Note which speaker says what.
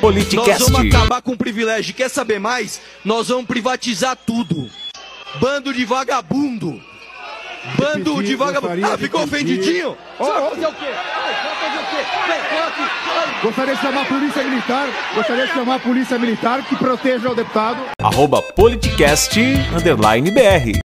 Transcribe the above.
Speaker 1: Politicast.
Speaker 2: Nós vamos acabar com o privilégio. Quer saber mais? Nós vamos privatizar tudo. Bando de vagabundo. Bando
Speaker 3: Repetir,
Speaker 2: de
Speaker 3: eu
Speaker 2: vagabundo.
Speaker 3: faria
Speaker 2: Ah, ficou
Speaker 3: repetir.
Speaker 2: ofendidinho?
Speaker 3: Ô,
Speaker 2: Sabe
Speaker 3: ô.
Speaker 2: fazer o quê? Ai, sabe fazer o quê? Vem, vem aqui. Ai.
Speaker 3: Gostaria de chamar a polícia militar, gostaria de chamar a polícia militar que proteja o deputado.
Speaker 1: Arroba Politicast, underline BR.